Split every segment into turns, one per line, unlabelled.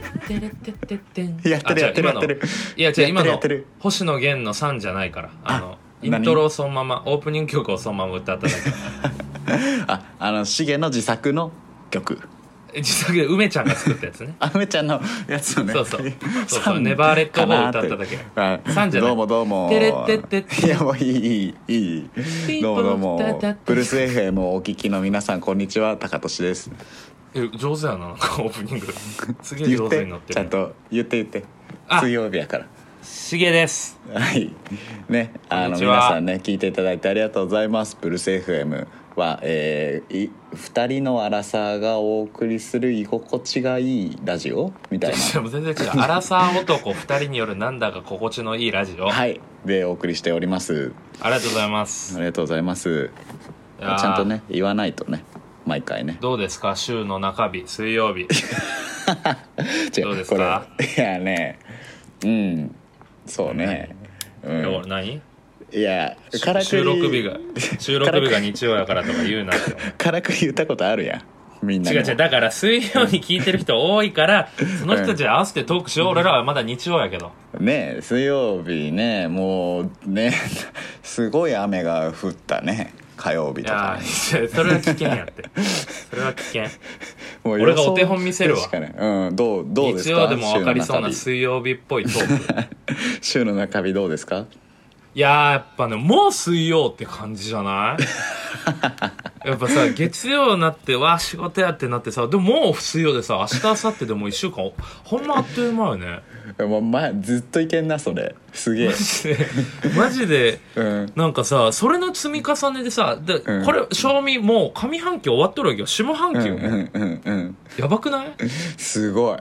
てってってん
やってるやってる
あ
やってる
いや違う今
や
の
ってるやってる
星野源の「さん」じゃないからあのイ
何
ントロをそのままオープニング曲をそのまま歌っただけ
ああのシゲの自作の曲
え実際梅ちゃんが作ったやつね
あ梅ちゃんのやつをね
そうそうそうそう
さん
ネバーレットホール歌っただけ
かなって
さんじゃない
どうもどうも
てれってってって
いやもういいいいいいどうもどう
ピーポー
も
タタ
ブルース FM をお聞きの皆さんこんにちは高俊です
え上手やななんかオープニングすげえ
言
上
っ
手
て
に乗って
ちゃん
る
と言って言って
あ
水曜日やから
しげです
はいねあ
こん
の
にちは
皆さんね聞いていただいてありがとうございますブルース FM は、えー、い2人のアラサーがお送りする居心地がいいラジオみたいな
でも全然違うアラサー男2人によるなんだか心地のいいラジオ、
はいでお送りしております
ありがとうございま
あ
す
りがとうございます
い
ち
やー
ゃんとね言わないとね毎回ね
どうですか週の中日水曜日
違
どうですか
これいやねうんそうね、う
いや
ん
俺、何
いやからくり
収録日が収録日が日曜やからとか言うなって
からくり言ったことあるやんみんなに
違う
も
違うだから水曜に聞いてる人多い からその人たちに合わせてトークしよう俺らはまだ日曜やけど
ね水曜日ねもうね すごい雨が降ったね火曜日
い
とか
や
ね、
ーそれは危険やってそれは危険
もう
俺が
予想
お手本見せるわ
しかないうんどう どうです
日
か
曜でも分かりそうな
週
水曜日っぽいトーク
の中日週の中日どうですか
いやーやっぱねもう水曜って感じじゃ ないやっぱさ月曜になってわあ仕事やってなってさでももう水曜でさ明日明後日でもう1週間おほんまあっという間 よね
もう前ずっといけんなそれす げえ、
マジで
うん、
なんかさそれの積み重ねでさで、
うん
これ賞味もう上半期終わっとるわけよ下半
うんう
期よ、
んうんうん
やばくない
すごい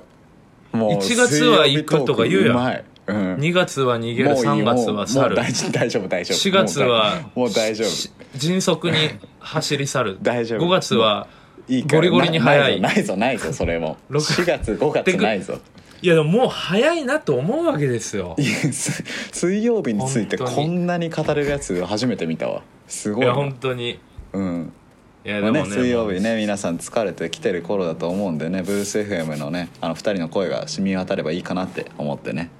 も
1月は行くとか言う
水曜日トークう
やん
まい、うん、
2月は逃げる3月は去
もう
る
大丈夫大丈夫大丈夫
4月は
もう大丈
し
夫
迅速に走り去る
大丈夫
5月はい
いから
ゴリゴリに早い
ないぞないぞないぞそれも
六
4月5月ないぞ
いやでももう早いなと思うわけですよ
いやす水曜日について
本当
こ
に
んなに語れるやつ初めて見たわす
い
ごい
や
な
本当に
うん
いやで
まあ
もね
ね水曜日ね皆さん疲れてきてる頃だと思うんでねブルース FM のねあの2人の声が染み渡ればいいかなって思ってね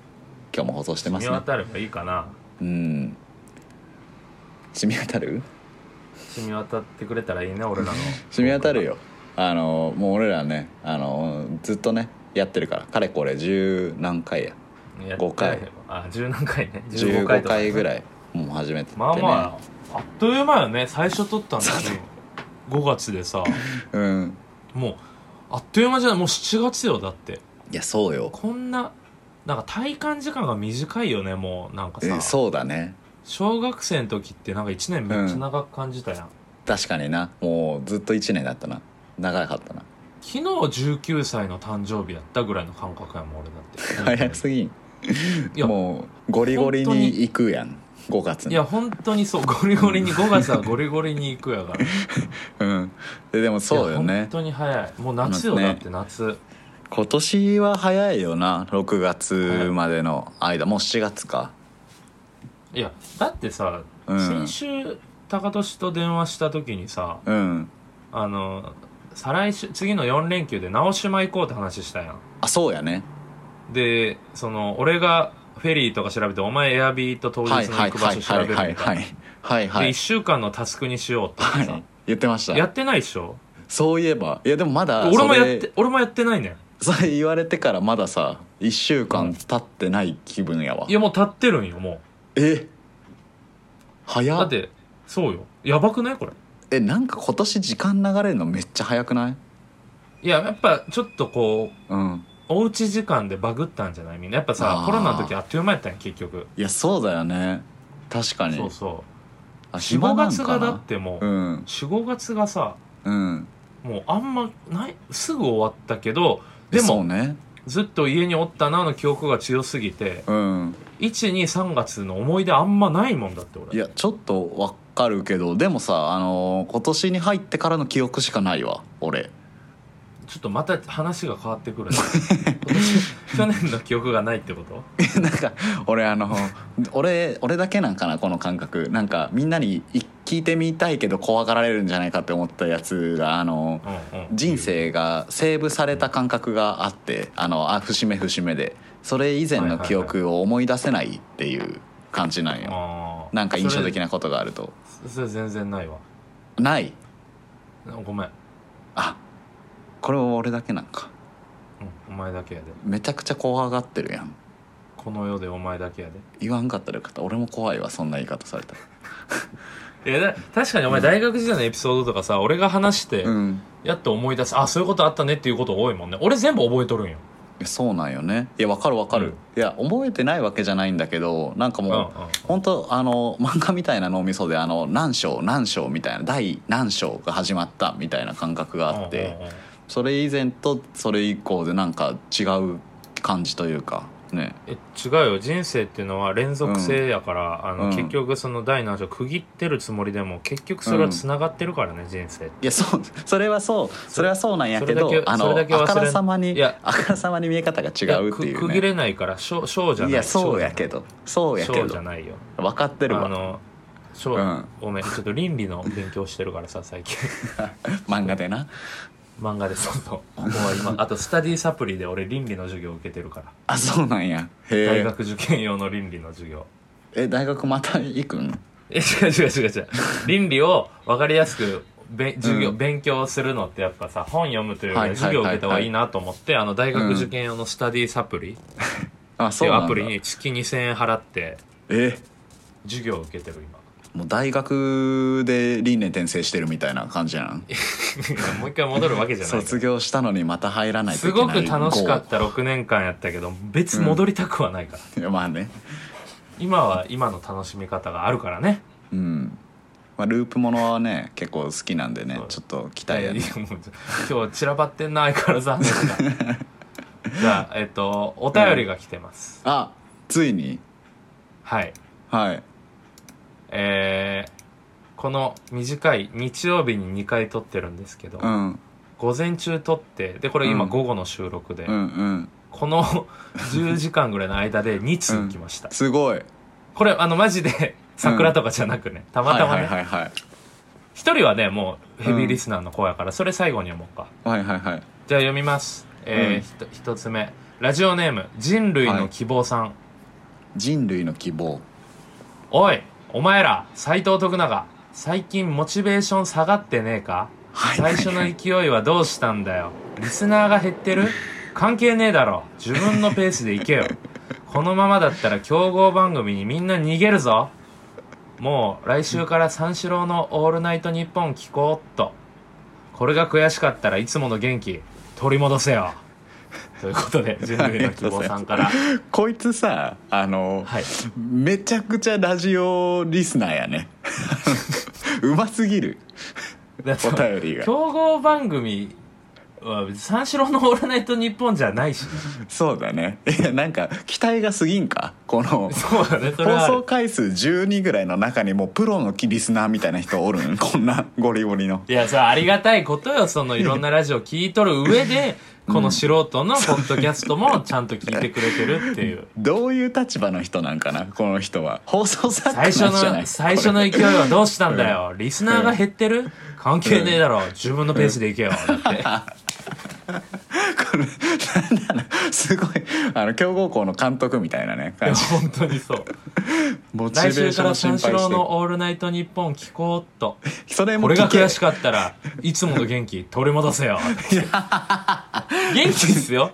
今日も放送してま
見
すね
渡ればいいかな
うん染み渡る
染み渡ってくれたらいいね俺らの
染み渡るよあのもう俺らねあのずっとねやってるからかれこれ十何回や
やって
5回
あ十何回ね
15回
とか
ぐらいもう始めてて、ね、
まあまああっという間よね最初撮ったんだけど5月でさ
うん
もうあっという間じゃないもう7月よだって
いやそうよ
こんななんか体感時間が短いよねもうなんか
え
さ
そうだね
小学生の時ってなんか1年めっちゃ長く感じたやん、
確かになもうずっと1年だったな長かったな
昨日19歳の誕生日やったぐらいの感覚やもん俺だって
早すぎん
いや
もうゴリゴリ
本当
に
に
行くやん5月
い
に
や本当にそうゴリゴリに5月はゴリゴリに行くやから
うんででもそうよ
いや本
ね
当に早いもう夏よ、
ね
だって夏
今年は早いよな6月までの間もう7月か
いやだってさ、
うん
先週高俊と電話した時にさ
うん
あの再来週次の4連休で直島行こうって話したやん
あそうやね
でその俺がフェリーとか調べてお前エアビーと当日の
はいは
行
い
く場
はい
所調
は
べ
い
るみ
は
たい
い
な
はいはいは
で1
い
週間のタスクにしようって言ってさ、
はい言ってまし
や
た
ってないでしょ
そういえばいやでもまだ
俺もやっ
それ
て俺もやってないね
それ言われてからまださ1週間経ってない気分やわ
いやもう立ってるんよも
え
う
早
だ
っ
ってそうよやばくないこれ
えなんか今年時間流れるのめっちゃ早くない
いややっぱちょっとこう
うん
おうち時間でバグったんじゃないみんなやっぱ
あ
さ
ー
コロナの時あっという間やったんや結局
いやそうだよね確かに
そうそ
あ
う45
なん
月
か
が
な
だってもう
うん
45月がさ
うん
もうあんまないすぐ終わったけどで
そう
も
ね
ずっと家におったなの記憶が強すぎて
うん
123月の思い出あんまないもんだって俺
いやちょっとわかるけどでもさあのー今年に入ってからの記憶しかないわ俺
ちょっとまた話が変わってくるね今年去年の記憶がないってこと
なんか俺あの俺俺だけなんかなこの感覚なんかみんなに一聞いてみたいけど怖がられるんじゃないかって思ったやつがあの
うんうん
人生がセーブされた感覚があってあのあ節目節目でそれ以前の記憶を思い出せないっていう感じなんよ
あー
なんか印象的
そ
なことがあると
れそれ全然ないわ
ない
ごめん、
あこれは俺だけなんか
うん、お前だけやで
めちゃくちゃ怖がってるやん
この世でお前だけやで
言わんかったらよかった俺も怖いわそんな言い方されたら
いやだ確かにお前大学時代のエピソードとかさ俺が話して、
うん
やっと思い出すあそういうことあったねっていうこと多いもんね俺全部覚えとるんよ
いやそうなんよねいやわかるわかる、いや覚えてないわけじゃないんだけどなんかもう、
うんうん
本当あの漫画みたいな脳みそであの何章何章みたいな第何章が始まったみたいな感覚があって、
うんうんうん
それ以前とそれ以降でなんか違う感じというかね
え違うよ人生っていうのは連続性やから、あの
うん
結局その第何章区切ってるつもりでも結局それはつながってるからね、人生って
いやそうそれはそうそれはそうなんやけど
それだけ
あ
そ
の
れ
あ
だけ忘れん
からさま
い
に
や
あからさまに見え方が違うってい
や
う
区区切
ね
れないからしょうしょうじゃない
いやそうやけどそうや
し
け
ょうじゃ
ど
ないよ
分かって
あ
るわ
のしょう、
うん
ごめんちょっと倫理の勉強してるからさ最 近
漫画でな
漫画でそうそうここは今あとスタディサプリで俺倫理の授業受けてるから
あそうなんや
大
へ
学受験用の倫理の授業
ええ大学また行くん
え違う違う違う違う倫理を分かりやすくべ授業、
うん
勉強するのってやっぱさ本読むというよ
はいは
り
い
授業受けた方がいいなと思って、あの大学受験用のスタディサプリって
あそ
いうう
なんだ
アプリに月2000円払って
え
授業を受けてる今
もう大学で輪廻転生してるみたいな感じなん
もう一回戻るわけじゃない
卒業したのにまた入らないと
す
いけ
ご
ない
く楽しかった6年間やったけど別に戻りたくはないから、
たい やまあね
今は今の楽しみ方があるからね
うん、まあ、ループものはね結構好きなんでね
そう
ちょっと期
いや
待
い
や
や
ね
もう今日散らばってんな相変わらず 話がじゃあえっとお便りが来てます、
あついに
はい
はい
えーこの短い日曜日に2回撮ってるんですけど、
うん
午前中撮ってでこれ今
うん
午後の収録で、
うんうん
この 10時間ぐらいの間で2通来ました、
すごい
これあのマジで桜とかじゃなくね、たまたま
は
ね
い
一、
はいはい
人はねもうヘビーリスナーの子やから、それ最後に読もうか
はいはいはいはい
じゃあ読みますえーひと1つ目ラジオネーム人類の希望さん、
人類の希望
おいお前ら斎藤徳永最近モチベーション下がってねえか
はい
最初の勢いはどうしたんだよリスナーが減ってる関係ねえだろ自分のペースで行けよこのままだったら競合番組にみんな逃げるぞもう来週から三四郎の「オールナイトニッポン」聞こうっとこれが悔しかったらいつもの元気取り戻せよということで人類の希望さんから
こいつさあの、
はい
めちゃくちゃラジオリスナーやね うますぎるお便りが
競合番組は三四郎の「オールナイトニッポン」じゃない しね、
そうだね いやなんか期待が過ぎんかこの
そうだねそれはあ
放
る
送回数12ぐらいの中にもうプロのリスナーみたいな人おるん こんなゴリゴリの
いや、さ、ありがたいことよ。その、いろんなラジオ聞いとる上で、この素人のポッドキャストもちゃんと聞いてくれてるっていう。
どういう立場の人なんかなこの人は放送作家なん
最
じ
初
ゃない
の、 最初の勢いはどうしたんだよ。リスナーが減ってる関係ねえだろ。自分のペースでいけよ。だ って。
これなんだろう すごいあの強豪校の監督みたいなね
い
感
や
じ
本当にそう。
モチベ
来
ー
週
ション
から
を心
三四
配し
郎
て
のオールナイトニッポン聞こうっ と。
それ
こ
も
れが
聞け
悔しかったらいつもの元気取り戻せよ。元気っすよ。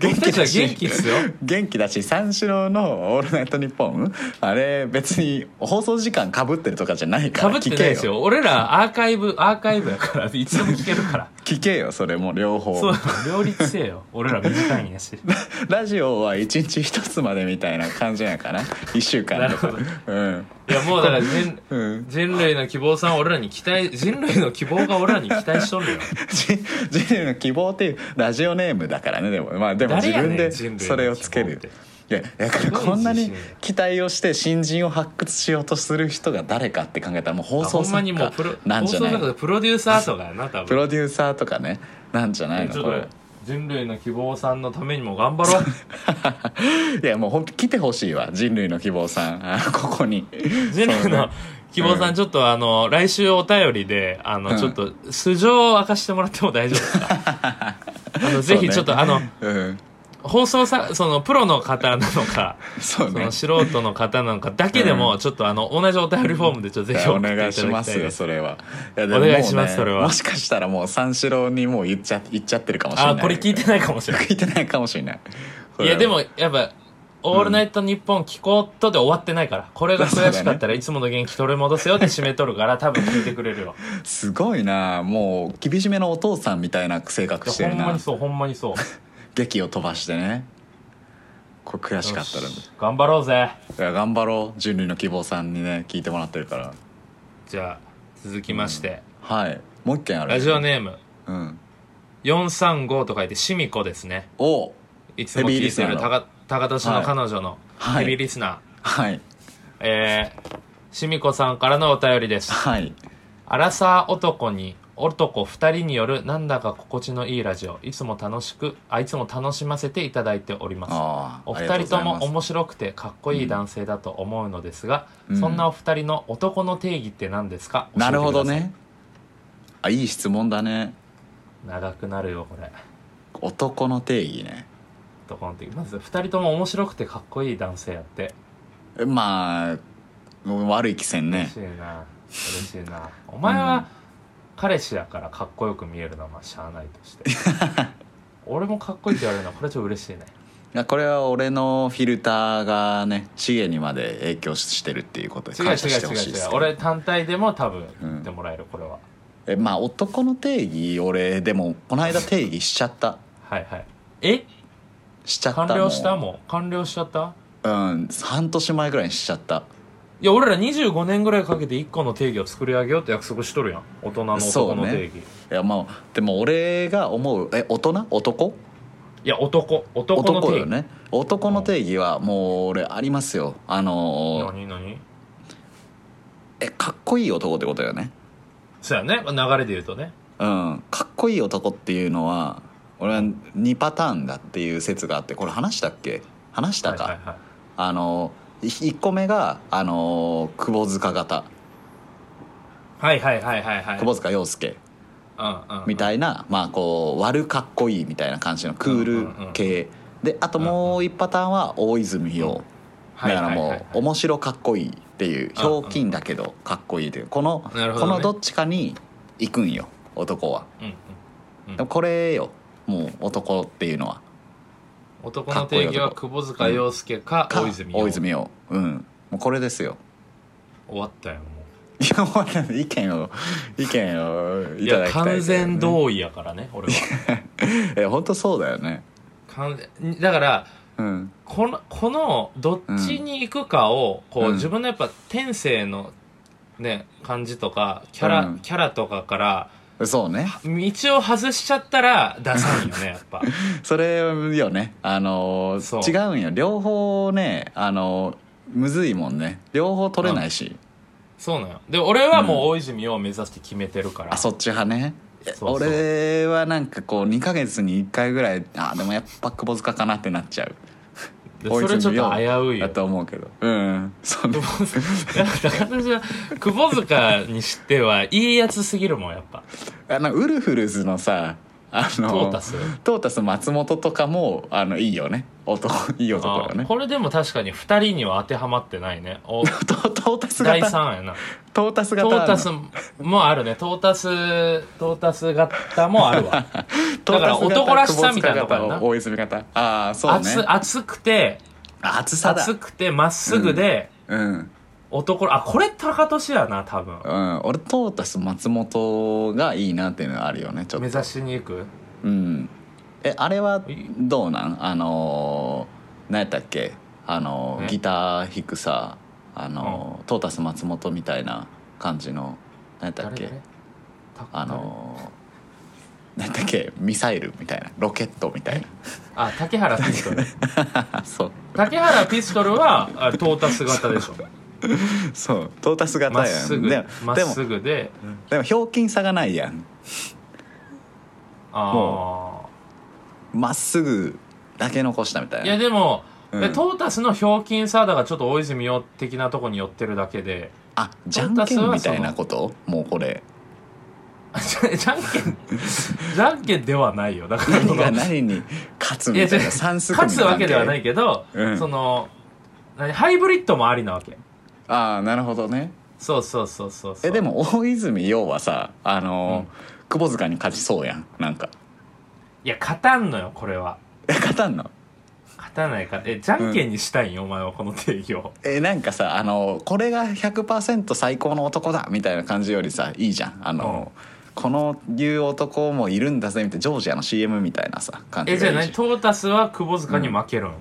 僕たちは 元気っすよ。
元気だし三四郎の「オールナイトニッポン」あれ別に放送時間かぶってるとかじゃないか
からぶってないです
聞けよ
よ。俺らアーカイブ、アーカイブやから、いつでも聞け るから。
聞けよそれも両方
そう、両立せえよ。俺ら短いんや し。
ラジオは一日一つまでみたいな感じやから一週間とか
なる
うん
いや、もうだから人、
うん
人類の希望さんは俺らに期待、人類の希望が俺らに期待しとるよ。
じ人類の希望っていうラジオネームだからねでもまあでも自
誰やね
分
ん
で
人類の希望って
それをつけるいやだからこんなに期待をして新人を発掘しようとする人が誰かって考えたらもう放
あ
送
ほんま
作
にもうプロ
家、なん
放
じゃ
送の
ない
中でプロデューサーとかやな、多
プ
分。
ロデューサーとかねなんじゃないの
ちょっ
これ
と、人類の希望さんのためにも頑張ろう
いやもうほんと来てほしいわ人類の希望さんあのここに
人類の希望さ
うん
んちょっとあの来週お便りであ
う
の
ん
ちょっと素性を明かしてもらっても大丈夫 ですかあのぜひちょっとあの
うん
放送さそのプロの方なのか
そう
そ
ね
の素人の方なのかだけでもちょっとあの同じお便りフォームでちょっとぜひ送
お
っていた
願
だ
い
きた
し
い
ます
で
よ
す
それはや
お願いしますそれは
もしかしたらもう三四郎にもう言っちゃ言っちゃってるかもしれない
あこれ聞いてないかもしれない
聞いてないかもしれない
いやでもやっぱ「オールナイトニッポン」聞こうとで終わってないからこれが悔しかったらいつもの元気取り戻せよって締めとるから多分聞いてくれ るよ
すごいなもう厳しめのお父さんみたいな性格し
い
て
や
る
ほんま
な
にそうほんまに そう
劇を飛ばしてねこれ悔しかったら
よし頑張ろうぜ
いや頑張ろう人類の希望さんにね聞いてもらってるから
じゃあ続きまして、
はいもう一件ある
ラジオネーム
うん
435と書いてシミコですね
お
いつも聞
ヘビ
いて
ーリ
る
スナー
高高田氏の彼女の
はい
ヘビーリスナー、
はい
えー、シミコさんからのお便りです
はい
アラサー男に男2人によるなんだか心地のいいラジオいつも楽しくあいつも楽しませていただいております
ああ
お二人とも
思
面白くてかっこいい男性だと思うのですが、
うん
そんなお二人の男の定義って何ですか
なるほど
教えて
ねあいい質問だね
ください長くなるよこれ
男の定義ね
男の定義まず二人とも面白くてかっこいい男性やって
まあ悪い気せんね
嬉しいな嬉しいなお前は彼氏やからかっこよく見えるのはまあしゃあないとして 俺もかっこいいって言われるのはこれちょっと嬉しいね
いやこれは俺のフィルターがねチゲにまで影響してるっていうことで
違う違
感
う
謝して
違
ほ
う
しいです
違う
けど
俺単体でも多分言ってもらえる、これは
えまあ男の定義俺でもこの間定義しちゃった
はいはいえ
しちゃった
完了した
も
もう完了しちゃった
ううん半年前ぐらいにしちゃった
いや俺ら25年ぐらいかけて1個の定義を作り上げようって約束しとるやん大人の男の
そう
定
ね
義、
いやまあでも俺が思うえ大人男
いや男男の定
男
義
よね男の定義はもう俺ありますよあのー
何何
えかっこいい男ってことよね
そうやね流れで言うとね
うんかっこいい男っていうのは俺は2パターンだっていう説があってこれ話したっけ話したか、
はいはいはい
あの1個目があの窪塚型
はいはいはいはいはい
窪塚洋介
うんうん
みたいな、まあこう悪かっこいいみたいな感じのクール系、であともう1パターンは大泉洋、
はい
だからもう、
はいはいはい
面白かっこいいっていうひょうきんだけどかっこいいというこの
なるほど
こ
ね
のどっちかに行くんよ男は
うんうん
でもこれよもう男っていうのは
男の定義は窪塚洋介か
か
大泉洋
大泉洋うんもうこれですよ
終わったよも
いやもうなんか意見を意見を
うい
いただ
や
きたい
完
ですよね、
全同意やからね俺は
え本当そうだよね
完全だから
うん
このこのどっちに行くかをこ
う
うん自分のやっぱ天性のね感じとかキャラ、
うん
キャラとかから
そうね
道を外しちゃったらダサいよ ねやっぱ
それよねあの
そう
違うんよ両方ねあのむずいもんね両方取れないし、
そうなのよで俺はもう大泉洋を目指して決めてるから、
あそっち派ねいや
そうそう
俺はなんかこう2ヶ月に1回ぐらいあでもやっぱ窪塚かなってなっちゃう
でそれちょっと危ういよ
だと思うけどうんそうね
窪塚いや高田ちゃん窪塚にしてはいいやつすぎるもんやっぱ
あのウルフルズのさあの
トータス
トータス松本とかもあのいいよね男 いい男だよ
あ
ね
これでも確かに2人には当てはまってないねお
トトータス
第
型
3やな
トータス型
トータス
あの
もあるねトータストータス型もあるわ
トータス型
だから男らしさみたいなとこや
窪
な
塚型大泉型ああそうね
熱熱くて
厚さだ
熱くてまっすぐで、
うん
男あこれ高俊やな多分
うん、俺トータス松本がいいなっていうのはあるよねちょっ
目
と
指しに行く
うん、えあれはどうなんあのー何やったっけあのー
ね
ギター弾くさあのー、トータス松本みたいな感じの何やったっ
誰
け
誰た
あのー何やったっけミサイルみたいなロケットみたい
誰あ竹原ピストル
な そう
竹原ピストルはあトータス型でしょ
そうトータス型
まっ
やん
す
で
ぐ
もで
まっ
も
すぐで
でもひょうきんさがないやん
ああ
まっすぐだけ残したみたい
い
な
やでも、
うん
トータスのひょうきんサーダがちょっと大泉洋的なとこに寄ってるだけで
あじゃんけんみたいなこともうこれ
じゃんけんじゃんけんではないよだからそ
何
の
が何に勝つみた
い
い
や
な算数
勝つわけではないいけど、
うん
その何ハイブリッドもありなわけ
ああなるほどね
そうそうそうそうそう
えでも大泉洋はさあのー窪塚に勝ちそうやんなんか
いや勝たんのよこれは
え勝たんの
勝たないからえじゃんけんにしたいんよ、お前はこの定義を
えなんかさあのこれが100%最高の男だみたいな感じよりさいいじゃんあの、このいう男もいるんだぜみたいなジョージアの CM みたいなさ感
え
じ
じゃ
が
あ
いい
何
じゃん
トータスは窪塚に負けるん、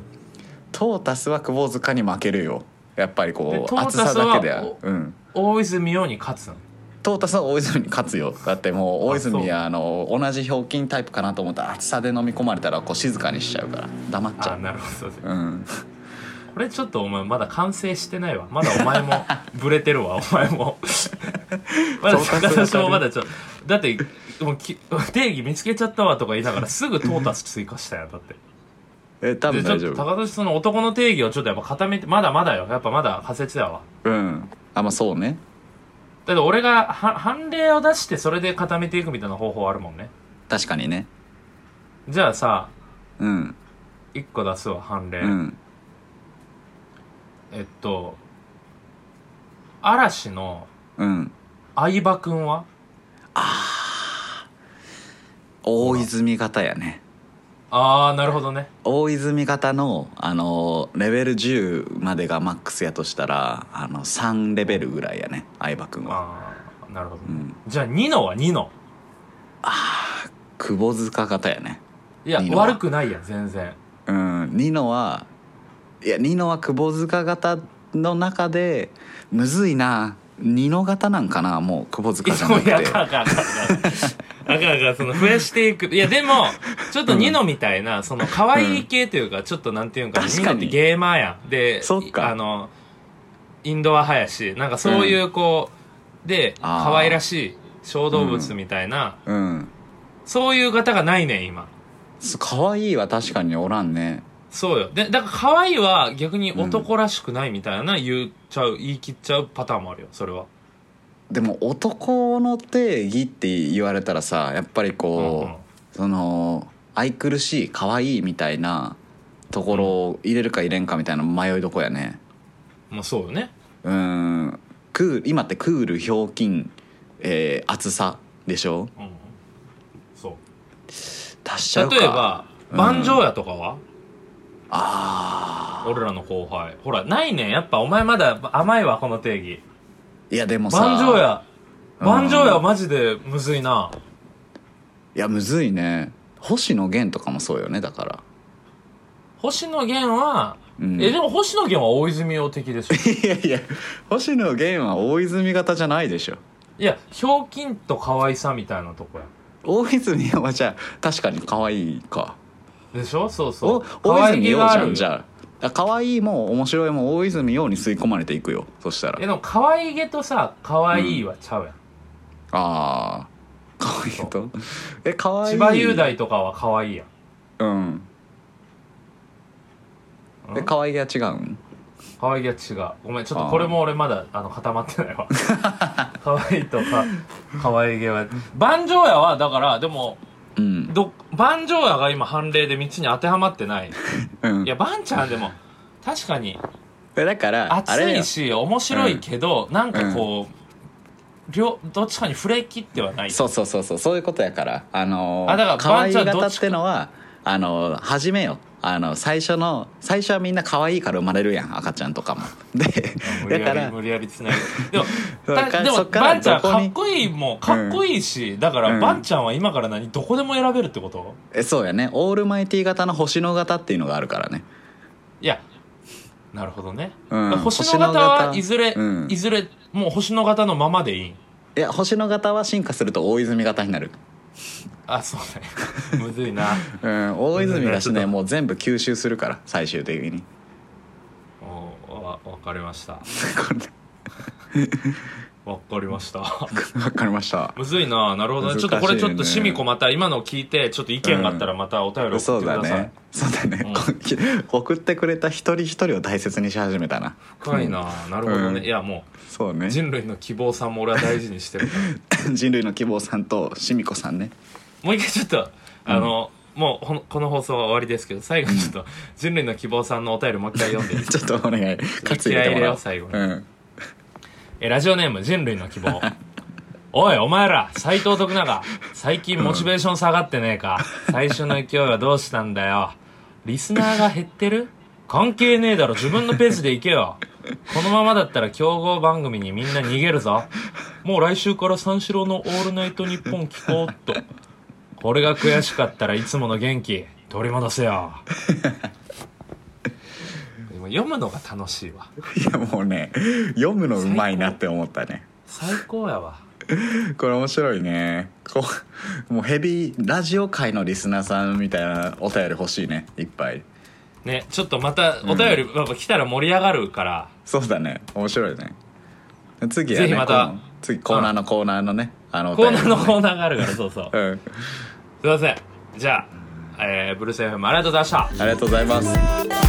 トータスは窪塚に負けるよやっぱり
で
こ
ト
う
ータ
厚
スは
さだけでは
お
うん
大泉洋に勝つん
トータスは大泉に勝つよだってもう大
あ
泉
そう
はあの同じひょうきんタイプかなと思ったら厚さで飲み込まれたらこう静かにしちゃうから黙っちゃ
あ
う
なるほどね
うん
これちょっとお前まだ完成してないわまだお前もブレてるわお 前もまだ
トータス
高田翔まだちょっとだってもうき定義見つけちゃったわとか言いながらすぐトータス追加したよだって
え多分
でちょ
大丈
っと
夫
高田その男の定義をちょっとやっぱ固めてまだまだよやっぱまだ仮説だわ
うんあまあそうね
だって俺がは判例を出してそれで固めていくみたいな方法あるもんね
確かにね
じゃあさ
うん
1個出すわ判例、
うん
えっと嵐の
うん
相葉くんは
大泉型やね
ああなるほどね
大泉型の、あのレベル10までがマックスやとしたらあの3レベルぐらいやね相葉君は、
ああなるほど、
うん、
じゃあニノはニノ
窪塚型やね
いや
ニノは
悪くないやん全然
うんニノはいやニノは窪塚型の中でむずいなニノ型なんかなもう窪
い
塚じ
や
ゃ
も
な
う
く
いやあかん
て
あ かんあかんあかんあかんその増やしていくいやでもちょっとニノみたいな、その可愛い系というかちょっとなんていうんかな
確
ニ
か
ノっ
に
てゲーマーやんで
そっか
あのインドア派やしなんかそういうこう、で
あー
可愛らしい小動物みたいな、
うん
そういう方がないねん今
す可愛いは確かにおらんね
そうよでだから可愛いは逆に男らしくないみたいな言っちゃう、言い切っちゃうパターンもあるよそれは
でも男の定義って言われたらさやっぱりこう、
うんうん
その愛くるしい可愛いみたいなところを入れるか入れんかみたいな迷いどこやね
まあそうよね。
うんクール今ってクールひょうきん、えー厚さでしょ
うん。そう。
達者か
例えば、
うん
万丈やとかは、
あ
俺らの後輩。ほら、ないねん。やっぱお前まだ甘いわ、この定義。
ーいやでもさ
万丈や。
うん
万丈やマジでむずいな。
いやむずいね星野源とかもそうよねだから、
星野源は、
うん、
え、でも星野源は大泉洋的でし ょ。
いやいや星野源は大泉型じゃないでしょ
いや、ひょうきんと可愛さみたいなとこや。
大泉洋はじゃあ確かに可愛いか
でしょそうそう
お。
可
大
愛
泉
げ
洋
が
じ
あ
ゃん
る
じゃあ可愛いも面白いも大泉洋に吸い込まれていくよそしたら
え、でも可愛げとさ、可愛いはちゃうやん。
ああ可愛いとえ可愛い
千葉雄大とかは可愛いやん。
うん
うん
え可愛いが違うん
可愛げは違うごめんちょっとこれも俺まだあの固まっ てないわ可愛いとか可愛げは万丈屋はだからでも
うん
ど万丈屋が今判例で道に当てはまってない
うん
いや万ちゃんでも確かに
えだからあ
熱
れ
い
よ
し面白いけど、なんかこう、両どっちかに触れ切ってはない
そうそうそうそうそういうことやからあのー
あだから
可愛い
ばんちゃんど
型
っ
っ
ちか
てのはあのー初めよあの最初の最初はみんな可愛いから生まれるやん赤ちゃんとかもで
無理
だか
やり
ら
無理やり つないでも
そう
た
か
で
そ
も
っから
ばんちゃん
どこ
か
に
っこいいもんかっこいいし、だか
う
ら
ん
ばんちゃんは今から何どこでも選べるってこと、
えそうやねオールマイティ型の星の型っていうのがあるからね
いやなるほどね、
うん
星の型
星の
は
型
いずれ、
うん
いずれもう星の型のままでいい
いや星の型は進化すると大泉型になる
あそうね むずいな
うん大泉がし
うんちょっ
ね
と
もう全部吸収するから最終的に
おわわかりました
これ
わかりました
わかりました
むずいななるほどね
難し
ち
い
ょ
ね
っとこれちょっとシミコまた今のを聞いてちょっと意見があったらまたお便り送
そう
ってく
だ
ださい、
ねそうだね、こ送ってくれた一人一人を大切にし始めたな
深いななるほどね、
うん
いやも
そう
う
ね
人類の希望さんも俺は大事にしてるから
人類の希望さんとシミコさんね
もう一回ちょっとあの、もうほんこの放送は終わりですけど最後にちょっと人類の希望さんのお便りもう一回読んでいい
ちょっとお願い活入れてもらおう
気合い入れよ最後に
うん
えラジオネーム人類の希望おいお前ら斎藤徳永最近モチベーション下がってねえか最初の勢いはどうしたんだよリスナーが減ってる関係ねえだろ自分のペースで行けよこのままだったら競合番組にみんな逃げるぞもう来週から三四郎の「オールナイトニッポン」聞こうっとこれが悔しかったらいつもの元気取り戻せよでも読むのが楽しいわ
いやもうね読むのうまいなって思ったね
最高やわ
これ面白いねこうもうヘビーラジオ界のリスナーさんみたいなお便り欲しいねいっぱい
ねちょっとまたお便り、やっぱ来たら盛り上がるから
そうだね面白いね次はね
ぜひまた
この次コーナーのコーナーのねあのお
コー
便り
ナーのコーナーがあるからそうそう
うんあ
すいませんじゃあ、えーブルース FM ありがとうございました
りがとうございます
Thank